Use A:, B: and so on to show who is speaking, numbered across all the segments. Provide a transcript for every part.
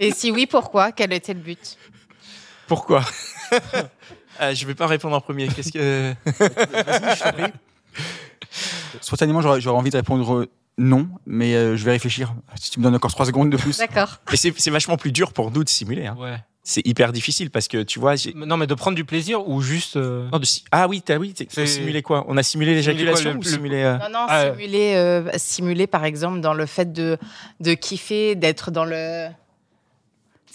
A: Et si oui, pourquoi Quel était le but
B: Pourquoi Euh, Je vais pas répondre en premier. Qu'est-ce que
C: Spontanément, j'aurais j'aurais envie de répondre euh, non, mais euh, je vais réfléchir. Si tu me donnes encore trois secondes de plus.
A: D'accord.
D: Et c'est c'est vachement plus dur pour nous de simuler. hein.
B: Ouais.
D: C'est hyper difficile parce que tu vois, j'ai-
B: Non, mais de prendre du plaisir ou juste. euh,
D: Non, de si- Ah oui, t'as oui, t'es-
B: C'est-
D: simuler quoi On a simulé
B: Simuler
D: l'éjaculation
B: quoi,
D: ou
B: le-
D: simuler, euh,
A: Non, non,
B: Ah,
A: simuler, euh, simuler, par exemple dans le fait de, de kiffer, d'être dans le... Tu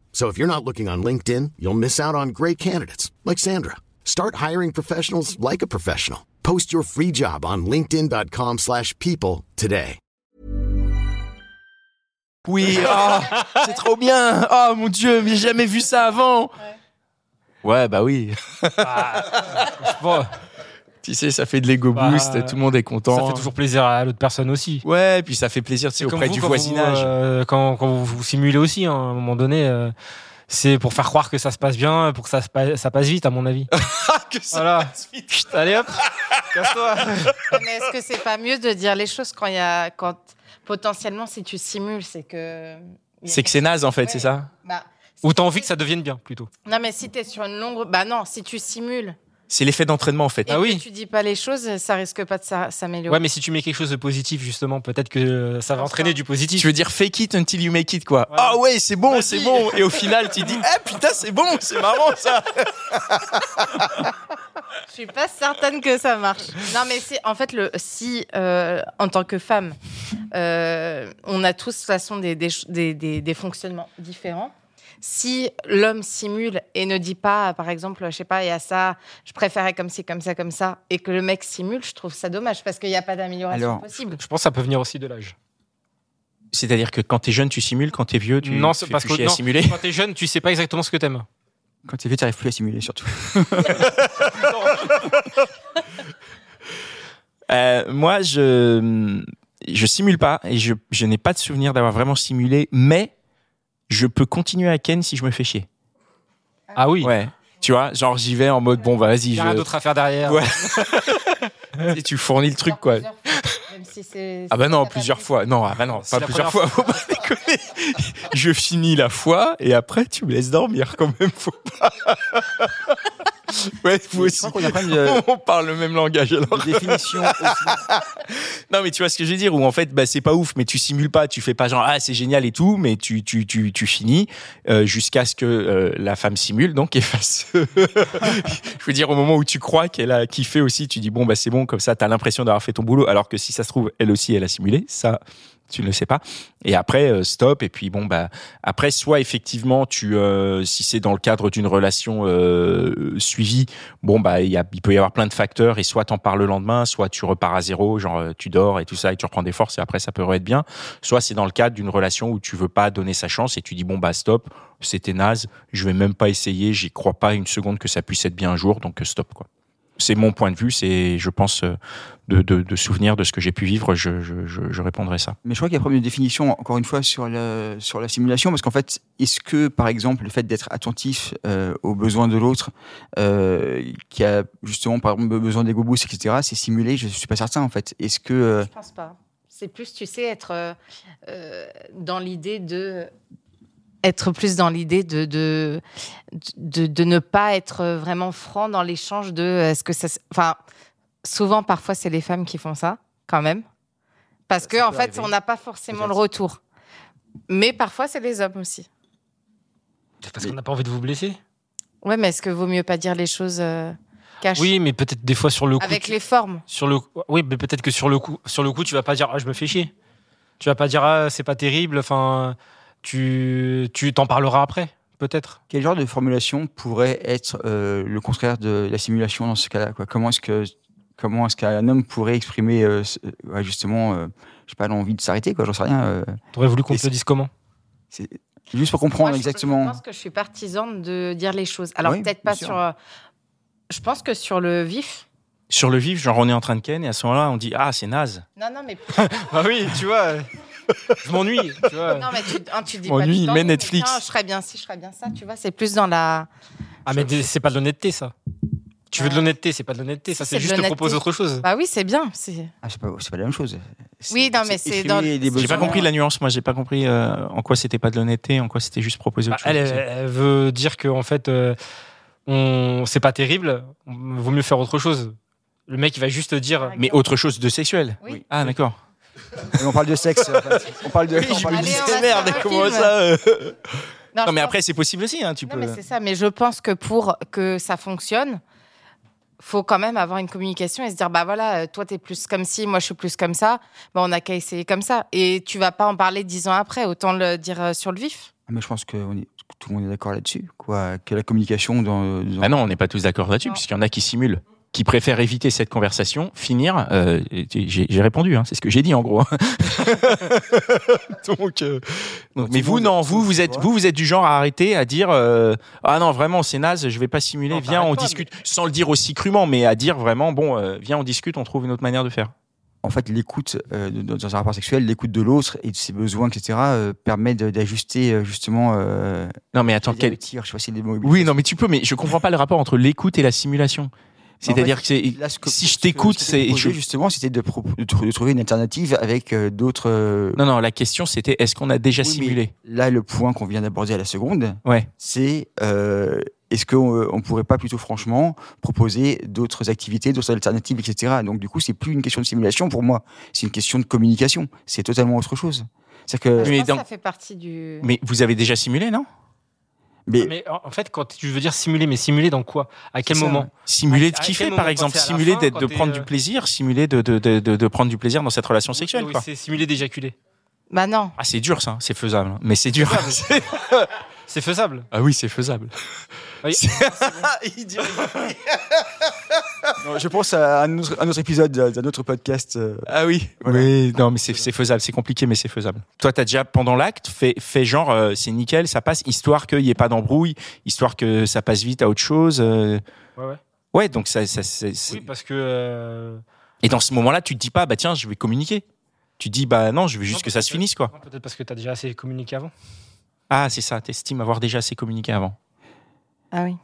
E: So if you're not looking on LinkedIn, you'll miss out on great candidates like Sandra. Start hiring professionals like a professional. Post your free job on linkedin.com/people slash people today.
D: oui, ah, c'est trop bien. Oh mon dieu, mais j'ai jamais vu ça avant. Ouais, bah oui.
B: Bon,
D: Tu sais, ça fait de l'ego
B: Bah,
D: boost, tout le monde est
B: ça
D: content.
B: fait toujours plaisir à l'autre personne aussi.
D: Ouais, puis ça fait plaisir, tu sais,
B: C'est comme
D: auprès
B: vous,
D: du
B: quand vous,
D: voisinage.
B: euh, quand, quand vous vous simulez aussi, hein, à un moment donné, euh, c'est pour faire croire que ça se passe bien, pour que ça, se pa- ça passe vite, à mon avis.
D: Que ça-
B: voilà. Chut, Allez hop, casse-toi.
A: Mais est-ce que c'est pas mieux de dire les choses quand il y a... Quand, potentiellement, si tu simules, c'est que...
D: C'est que c'est naze en fait, c'est ça
A: Bah,
B: Ou t'as envie que ça devienne bien, plutôt.
A: Non, mais si t'es sur une longue... Bah non, si tu simules
D: C'est l'effet d'entraînement en fait.
A: et
B: Ah
A: que
B: oui.
A: tu dis pas les choses, ça risque pas de s'a- s'améliorer.
B: Ouais, mais si tu mets quelque chose de positif, justement, peut-être que euh, ça va entraîner du positif.
D: Tu veux dire fake it until you make it quoi.
B: Voilà.
D: Ah ouais, c'est bon, c'est
B: Vas-y.
D: bon. Et au final, tu dis, eh putain, c'est bon, c'est marrant ça.
A: Je suis pas certaine que ça marche. Non, mais c'est en fait le si euh, en tant que femme, euh, on a tous de toute façon des, des, ch- des- des- des fonctionnements différents. Si l'homme simule et ne dit pas, par exemple, je sais pas, il y a ça, je préférais comme ci, comme ça, comme ça, et que le mec simule, je trouve ça dommage parce qu'il n'y a pas d'amélioration
C: Alors,
A: possible.
B: Je pense que ça peut venir aussi de l'âge.
D: C'est-à-dire que quand t'es jeune, tu simules, quand t'es vieux, tu
B: Non,
D: tu
B: c'est
D: fais
B: parce
D: plus
B: que
D: chier à
B: non,
D: simuler.
B: quand t'es jeune, tu sais pas exactement ce que t'aimes.
C: Quand tu es vite, tu n'arrives plus à simuler, surtout.
D: Euh, moi, je je simule pas et je, je n'ai pas de souvenir d'avoir vraiment simulé, mais je peux continuer à Ken si je me fais chier.
B: Ah oui.
D: Ouais. Tu vois, genre j'y vais en mode bon, bah, vas-y,
B: Il y a rien
D: je,
B: d'autre à faire derrière.
D: Ouais. et tu fournis le truc quoi.
A: Plusieurs fois, même si c'est-
D: Ah bah non,
A: ça t'a
D: plusieurs
A: plu.
D: fois. Non, ah bah non,
B: C'est
D: pas
B: la
D: plusieurs fois.
B: première
D: Faut pas déconner. Je finis la fois et après tu me laisses dormir quand même. Faut pas. Ouais, vous
C: Je
D: aussi.
C: crois qu'on a quand même euh,
D: On parle le même langage alors.
C: une définition aussi.
D: Non, mais tu vois ce que je veux dire, où en fait, bah, c'est pas ouf, mais tu simules pas, tu fais pas genre, ah, c'est génial et tout, mais tu, tu, tu, tu finis euh, jusqu'à ce que euh, la femme simule, donc, et fasse. je veux dire, au moment où tu crois qu'elle a kiffé aussi, tu dis, bon, bah, c'est bon, comme ça, t'as l'impression d'avoir fait ton boulot, alors que si ça se trouve, elle aussi, elle a simulé, ça, tu ne le sais pas. Et après, euh, stop, et puis bon, bah, après, soit effectivement, tu, euh, si c'est dans le cadre d'une relation euh, suivie, bon bah il y a- il peut y avoir plein de facteurs et soit t'en parles le lendemain, soit tu repars à zéro, genre euh, tu dors et tout ça et tu reprends des forces et après ça peut être bien. Soit c'est dans le cadre d'une relation où tu veux pas donner sa chance et tu dis bon bah stop, c'était naze, je vais même pas essayer, j'y crois pas une seconde que ça puisse être bien un jour, donc euh, stop quoi. C'est mon point de vue, c'est je pense euh, de, de, de souvenir de ce que j'ai pu vivre, je, je, je, je répondrai ça.
C: Mais je crois qu'il y a pas mal de définition, encore une fois, sur la, sur la simulation, parce qu'en fait, est-ce que, par exemple, le fait d'être attentif euh, aux besoins de l'autre, euh, qui a justement, par exemple, besoin d'ego boost, etc., c'est simulé, je ne suis pas certain, en fait. Est-ce que... euh,
A: Je pense pas. C'est plus, tu sais, être euh, euh, dans l'idée de. Être plus dans l'idée de, de, de, de ne pas être vraiment franc dans l'échange de. euh, Est-ce que ça. se- Enfin, souvent, parfois, c'est les femmes qui font ça, quand même. Parce que,
C: ça
A: en
C: peut
A: fait,
C: arriver.
A: on n'a pas forcément le
C: Peut-être.
A: retour. Mais parfois, c'est les hommes aussi.
B: C'est parce qu'on n'a pas envie de vous blesser.
A: Ouais, mais est-ce que vaut mieux pas dire les choses euh, cash
B: Oui, mais peut-être des fois sur le coup.
A: Avec
B: tu-
A: les formes.
B: sur le oui mais peut-être que sur le coup sur le coup tu vas pas dire ah je me fais chier tu vas pas dire ah c'est pas terrible enfin tu tu t'en parleras après peut-être
C: Quel genre de formulation pourrait être euh, le contraire de la simulation dans ce cas-là quoi Comment est-ce que comment est-ce qu'un homme pourrait exprimer euh, ce- ouais, justement, euh, je sais pas, l'envie de s'arrêter quoi J'en sais rien. euh,
B: t'aurais voulu qu'on
C: Et
B: te
C: c'est-
B: le dise comment
C: c'est juste pour comprendre
A: Moi, je- Je,
C: exactement.
A: pense que je suis partisane de dire les choses. Alors
C: Oui,
A: peut-être
C: bien
A: pas
C: sûr.
A: sur. euh, Je pense que sur le vif.
D: Sur le vif, genre on est en train de ken et à ce moment-là, on dit ah c'est naze.
A: Non, non, mais,
B: bah oui tu vois je m'ennuie tu vois
A: non, mais tu, hein, tu dis
C: Oh,
D: Bon,
A: pas.
D: lui,
A: tu
D: il
A: t'en
D: met
A: dis,
D: Netflix.
A: tiens, je serais bien ci, je serais bien ça. Tu vois, c'est plus dans la.
B: ah mais des- c'est pas de l'honnêteté ça tu veux de
A: Ouais.
B: l'honnêteté c'est pas de l'honnêteté ça
A: Ah. Si,
B: c'est
A: c'est de
B: juste te propose
A: l'honnêteté.
B: autre chose
A: Bah oui, c'est bien. C'est.
C: Ah, c'est pas, c'est pas la même chose. C'est-
A: Oui, non, mais c'est dans-
C: exprimer des
D: J'ai pas
C: besoins.
D: compris la nuance, moi j'ai pas compris euh, en quoi c'était pas de l'honnêteté, en quoi c'était juste proposer
B: Bah,
D: autre
B: elle,
D: chose.
B: elle- elle veut dire que en fait euh, on c'est pas terrible on- vaut mieux faire autre chose le mec il va juste te dire
D: Mais autre chose de sexuel.
A: Oui.
D: Ah d'accord.
C: Mais on parle de sexe. en fait. On parle de. on parle
A: me
C: de-
A: dis, on va se merde, faire un comment film. ça,
D: Non
A: je
D: mais
A: pense-
D: après c'est possible aussi, hein, tu
A: Non,
D: peux.
A: mais c'est ça. Mais je pense que pour que ça fonctionne, faut quand même avoir une communication et se dire bah voilà, euh, toi t'es plus comme ci, moi je suis plus comme ça. Bah on a qu'à essayer comme ça. Et tu vas pas en parler dix ans après. Autant le dire euh, sur le vif.
C: Ah, Mais je pense que on est- tout le monde est d'accord là-dessus. Quoi, que la communication dans. dans-
D: Ah non, on n'est pas tous d'accord là-dessus,
A: Non.
D: puisqu'il y en a qui simulent, qui préfèrent éviter cette conversation, finir. euh, et tu- j'ai j'ai répondu, hein, c'est ce que j'ai dit en gros. hein. donc, euh, donc, mais
C: tout le
D: vous
C: monde-
D: non, vous vous êtes
C: Ouais.
D: vous vous êtes du genre à arrêter à dire euh, ah non vraiment c'est naze, je vais pas simuler,
B: Non,
D: viens on
B: t'arrêtes pas,
D: discute, sans le dire aussi crûment, mais à dire vraiment bon euh, viens on discute, on trouve une autre manière de faire.
C: en fait, l'écoute euh, de- dans dans un rapport sexuel, l'écoute de l'autre et de ses besoins, etc., euh, permet de- d'ajuster euh, justement. Euh,
D: Non mais attends
C: j'allais dire
D: quel-
C: le tir, je sais pas si c'est des mots.
D: oui non mais tu peux, mais je comprends pas le rapport entre l'écoute et la simulation. C'est-à-dire que c'est
C: Là, ce que-
D: si
C: ce
D: je
C: que-
D: t'écoute,
C: ce que
D: c'est
C: proposais,
D: je-
C: justement, c'était de, pro- de tr- de trouver une alternative avec euh, d'autres. euh,
D: non non la question c'était est-ce qu'on a déjà
C: oui, mais
D: simulé
C: Là, le point qu'on vient d'aborder à la seconde,
D: Ouais.
C: c'est euh, est-ce qu'on euh, on pourrait pas plutôt franchement proposer d'autres activités, d'autres alternatives, etc. Donc du coup, c'est plus une question de simulation pour moi, c'est une question de communication. C'est totalement autre chose. C'est que
A: Je
D: mais
A: pense
D: dans-
A: que ça fait partie du.
D: Mais vous avez déjà simulé non
C: mais,
B: mais en en fait quand tu veux dire simuler mais simuler dans quoi à quel
C: C'est ça,
B: moment
C: ouais.
D: Simuler
B: À-
D: de
B: à
D: kiffer,
B: quel moment
D: par
B: quand
D: exemple,
B: c'est à la
D: simuler
B: fin,
D: d'être- de
B: quand t'es,
D: prendre
B: euh,
D: du plaisir, simuler de, de, de, de, de prendre du plaisir dans cette relation sexuelle.
B: Oui,
D: quoi.
B: c'est simuler d'éjaculer.
A: Bah non.
D: Ah, c'est dur ça, c'est faisable, hein. mais c'est dur.
B: C'est faisable.
D: ah oui, c'est faisable.
B: Oui.
C: Non, je pense à un autre, un autre épisode d'un d'un autre podcast. euh,
D: Ah oui,
C: Voilà.
D: oui, non, mais c'est c'est faisable, c'est compliqué, mais c'est faisable. Toi, t'as déjà, pendant l'acte, fait, fait genre, euh, c'est nickel, ça passe, histoire qu'il n'y ait pas d'embrouille, histoire que ça passe vite à autre chose. euh.
B: Ouais, ouais.
D: Ouais, donc ça. ça c'est- c'est-
B: Oui, parce que. euh,
D: Et dans ce moment-là, tu te dis pas, bah tiens, je vais communiquer. Tu te dis, bah non, je veux juste
B: non,
D: que ça
B: parce
D: se finisse, quoi.
B: non, Peut-être parce que t'as déjà assez communiqué avant.
D: Ah, c'est ça, t'estimes avoir déjà assez communiqué avant.
A: Ah oui.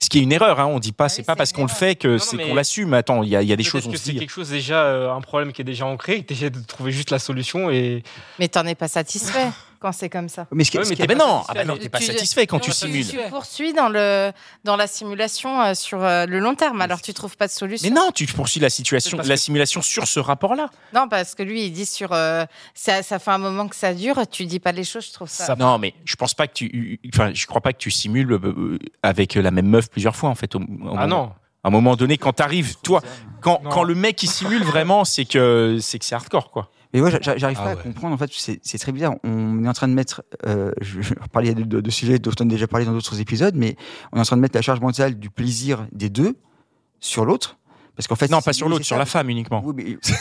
D: Ce qui est une erreur, hein, on dit pas,
A: Ah
D: c'est
A: oui,
D: pas
A: c'est
D: parce
A: une
D: qu'on le
A: erreur.
D: fait que
B: non,
D: c'est
B: mais-
D: qu'on l'assume. Attends, il y, a- il y a des
B: Peut-être
D: choses, on
B: que
D: se
B: c'est
D: dit.
B: quelque chose déjà, euh, un problème qui est déjà ancré, et t'essaies de trouver juste la solution et.
A: Mais t'en es pas satisfait quand c'est comme ça.
C: Mais ce qui-
B: Ouais,
C: ce
B: mais
C: qui
D: Eh
C: est-
D: ben
B: pas
D: non,
B: satisfait,
D: ah ben non,
B: mais
D: t'es pas
A: tu-
D: satisfait quand
B: tu-
D: tu
B: tu-
D: simules.
A: Tu poursuis dans le dans la simulation euh, sur euh, le long terme. Alors tu trouves pas de solution.
D: Mais non, tu poursuis la situation,
B: C'est parce
D: la
B: que-
D: simulation sur ce rapport-là.
A: Non, parce que lui, il dit sur. euh, ça, ça fait un moment que ça dure, tu dis pas les choses, je trouve ça.
B: Ça-
D: Non, mais je pense pas que tu, enfin, je crois pas que tu simules euh, avec la même meuf plusieurs fois en fait. au- au moment-
B: Ah non
D: À un moment donné, quand t'arrives, toi, quand,
B: Non.
D: quand le mec il simule vraiment, c'est que c'est que c'est hardcore quoi.
C: Mais moi, j'a- j'a- j'arrive
D: Ah
C: pas
D: ouais.
C: à comprendre. En fait, c'est c'est très bizarre. On est en train de mettre. Euh, je je vais reparler de, de, de sujets dont on a déjà parlé dans d'autres épisodes, mais on est en train de mettre la charge mentale du plaisir des deux sur l'autre. Parce qu'en fait.
D: Non,
C: c'est-
D: pas sur
C: oui,
D: l'autre,
C: c'est
D: sur
C: ça.
D: la femme uniquement.
C: Oui, mais-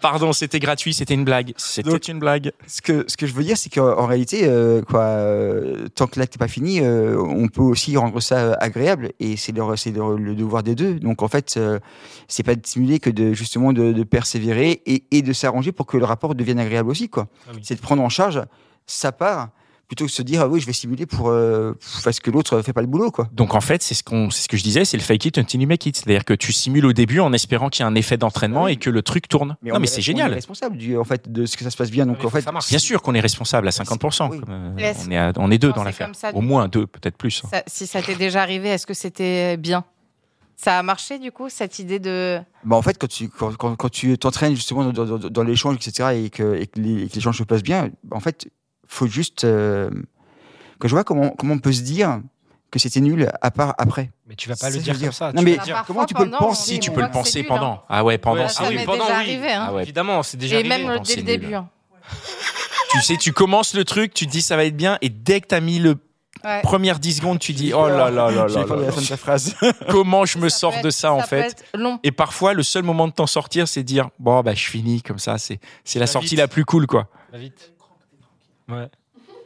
D: Pardon, c'était gratuit, c'était une blague, c'était
C: Donc-
D: une blague.
C: ce que ce que je veux dire, c'est qu'en en réalité, euh, quoi, euh, tant que l'acte n'est pas fini, euh, on peut aussi rendre ça euh, agréable et c'est leur- c'est leur- le devoir des deux. Donc en fait, euh, c'est pas de stimuler que de justement de, de persévérer et, et de s'arranger pour que le rapport devienne agréable aussi, quoi.
B: Ah oui.
C: C'est de prendre en charge sa part plutôt que de se dire ah oui, je vais stimuler pour euh, parce que l'autre fait pas le boulot, quoi.
D: Donc en fait, c'est ce qu'on, c'est ce que je disais, c'est le fake it until you make it. C'est-à-dire que tu simules au début en espérant qu'il y a un effet d'entraînement
C: Ah Oui.
D: et que le truc tourne. non
C: on
D: mais
C: est-
D: c'est
C: On est
D: génial.
C: responsable du en fait de ce que ça se passe bien. Donc
B: Mais
C: en
B: faut que
C: fait,
B: ça marche.
D: Bien sûr qu'on est responsable à 50%.
C: Oui.
D: comme, euh,
A: Laisse-
D: on, est à- on est deux
A: Quand
D: dans
A: c'est
D: l'affaire.
A: comme ça,
D: Au
A: du
D: moins deux, peut-être plus. hein.
A: Ça- si ça t'est déjà arrivé, est-ce que c'était bien Ça a marché du coup, cette idée de.
C: Bah, en fait, quand tu quand, quand- quand tu t'entraînes justement dans, dans- dans- dans bah, l'échange, etc., et que, et que les- et que l'échange se passe bien, en fait, faut juste. euh, que je vois comment, comment on peut se dire que c'était nul à part après.
B: Mais tu vas pas le
C: C'est
B: dire
C: dire.
B: comme ça.
C: Non,
B: tu
C: mais-
B: vas dire-
A: Parfois,
C: comment tu peux le
A: pendant,
C: penser
A: on
D: Si,
A: dit,
D: tu
A: on
D: peux
A: voit
D: le
A: que
D: penser
A: c'est nul,
D: pendant. Ah ouais, pendant,
B: Ouais,
D: c'est
A: Ça
B: oui,
D: nul.
A: m'est
B: pendant,
A: déjà
B: oui.
A: arrivé. hein.
D: Ah ouais.
B: Évidemment, c'est déjà
A: Et
B: arrivé.
A: même
D: pendant,
A: le- dès
D: c'est
A: le
D: nul.
A: début. hein.
D: Tu sais, tu commences le truc, tu te dis ça va être bien, et dès que t'as mis le
A: Ouais.
D: première 10 secondes, tu dis oh là là là là,
C: J'ai
D: là,
C: pas de
D: là.
C: la fin de ta phrase.
D: comment je me
A: Ça
D: sors
A: peut
D: de
A: être-
D: ça en
A: peut
D: fait
A: être long.
D: Et parfois, le seul moment de t'en sortir, c'est de dire bon bah je finis comme ça. C'est c'est la
B: Va
D: sortie
B: vite.
D: la plus cool quoi.
B: Va Bah, vite. Ouais.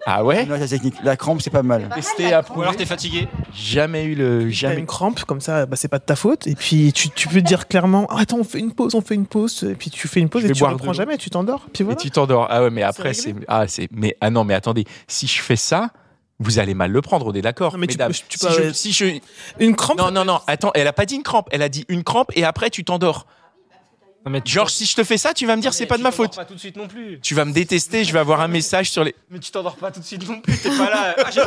D: Ah ouais
C: Non, la technique, la crampe, c'est pas mal.
D: Testé,
A: la
D: approuvé.
B: Ou alors t'es fatigué.
D: Jamais eu le
F: Jamais
D: jamais.
F: une crampe comme ça, bah, c'est pas de ta faute. Et puis tu, tu peux te dire clairement, attends, on fait une pause, on fait une pause. Et puis tu fais une pause
D: Je
F: et
D: vais
F: tu
D: boire de
F: reprends
D: l'eau.
F: jamais, tu t'endors. Puis
D: Et
F: voilà.
D: tu t'endors. Ah ouais, mais après
F: réglé.
D: c'est ah c'est mais ah non mais attendez, si je fais ça, vous allez mal le prendre, on est d'accord.
F: Non, mais tu
D: mesdames.
F: peux- tu
D: Si
F: peux-
D: je- si je
F: Une crampe.
D: non non non attends, elle a pas dit une crampe, elle a dit une crampe et après tu t'endors.
B: Non, mais tu-
D: Genre si je te fais ça, tu vas me dire
B: mais
D: c'est pas
B: tu
D: de ma
B: t'endors
D: faute.
B: Pas tout de suite non plus.
D: Tu vas me détester, je vais avoir un message sur les.
B: Mais tu t'endors pas tout de suite non plus. T'es pas là. Ah, j'ai-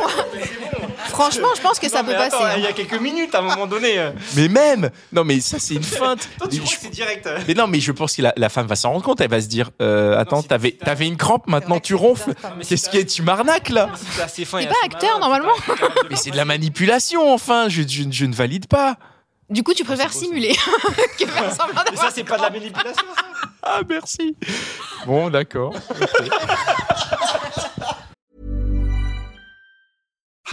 A: Franchement, je pense que ça
B: Non,
A: peut
B: mais attends,
A: passer. hein.
B: Il y a quelques minutes à un moment donné. euh.
D: Mais même Non, mais ça, c'est une feinte
B: Toi, tu
D: Mais
B: crois
D: je-
B: que c'est direct. euh
D: Mais non, mais je pense que la, la femme va s'en rendre compte. Elle va se dire euh, Attends,
B: si-
D: t'avais
B: si t'as-
D: t'avais une crampe, maintenant tu ronfles.
B: mais si
D: Qu'est-ce
B: t'as-
D: que tu m'arnaques là
B: Si t'es assez fin et
A: T'es pas
B: assez
A: acteur,
B: malin,
A: normalement.
B: t'es pas capable
D: Mais c'est de la manipulation, enfin Je, je- je ne valide pas
A: Du coup, tu
D: Ah,
A: préfères simuler que faire semblant
B: Mais ça,
A: d'avoir-
B: c'est pas de la manipulation. ça.
D: Ah, merci Bon, d'accord.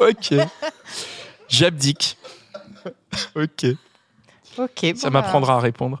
D: Ok. J'abdique. Ok.
A: Ok,
D: Ça
A: bon, bah,
D: m'apprendra à répondre.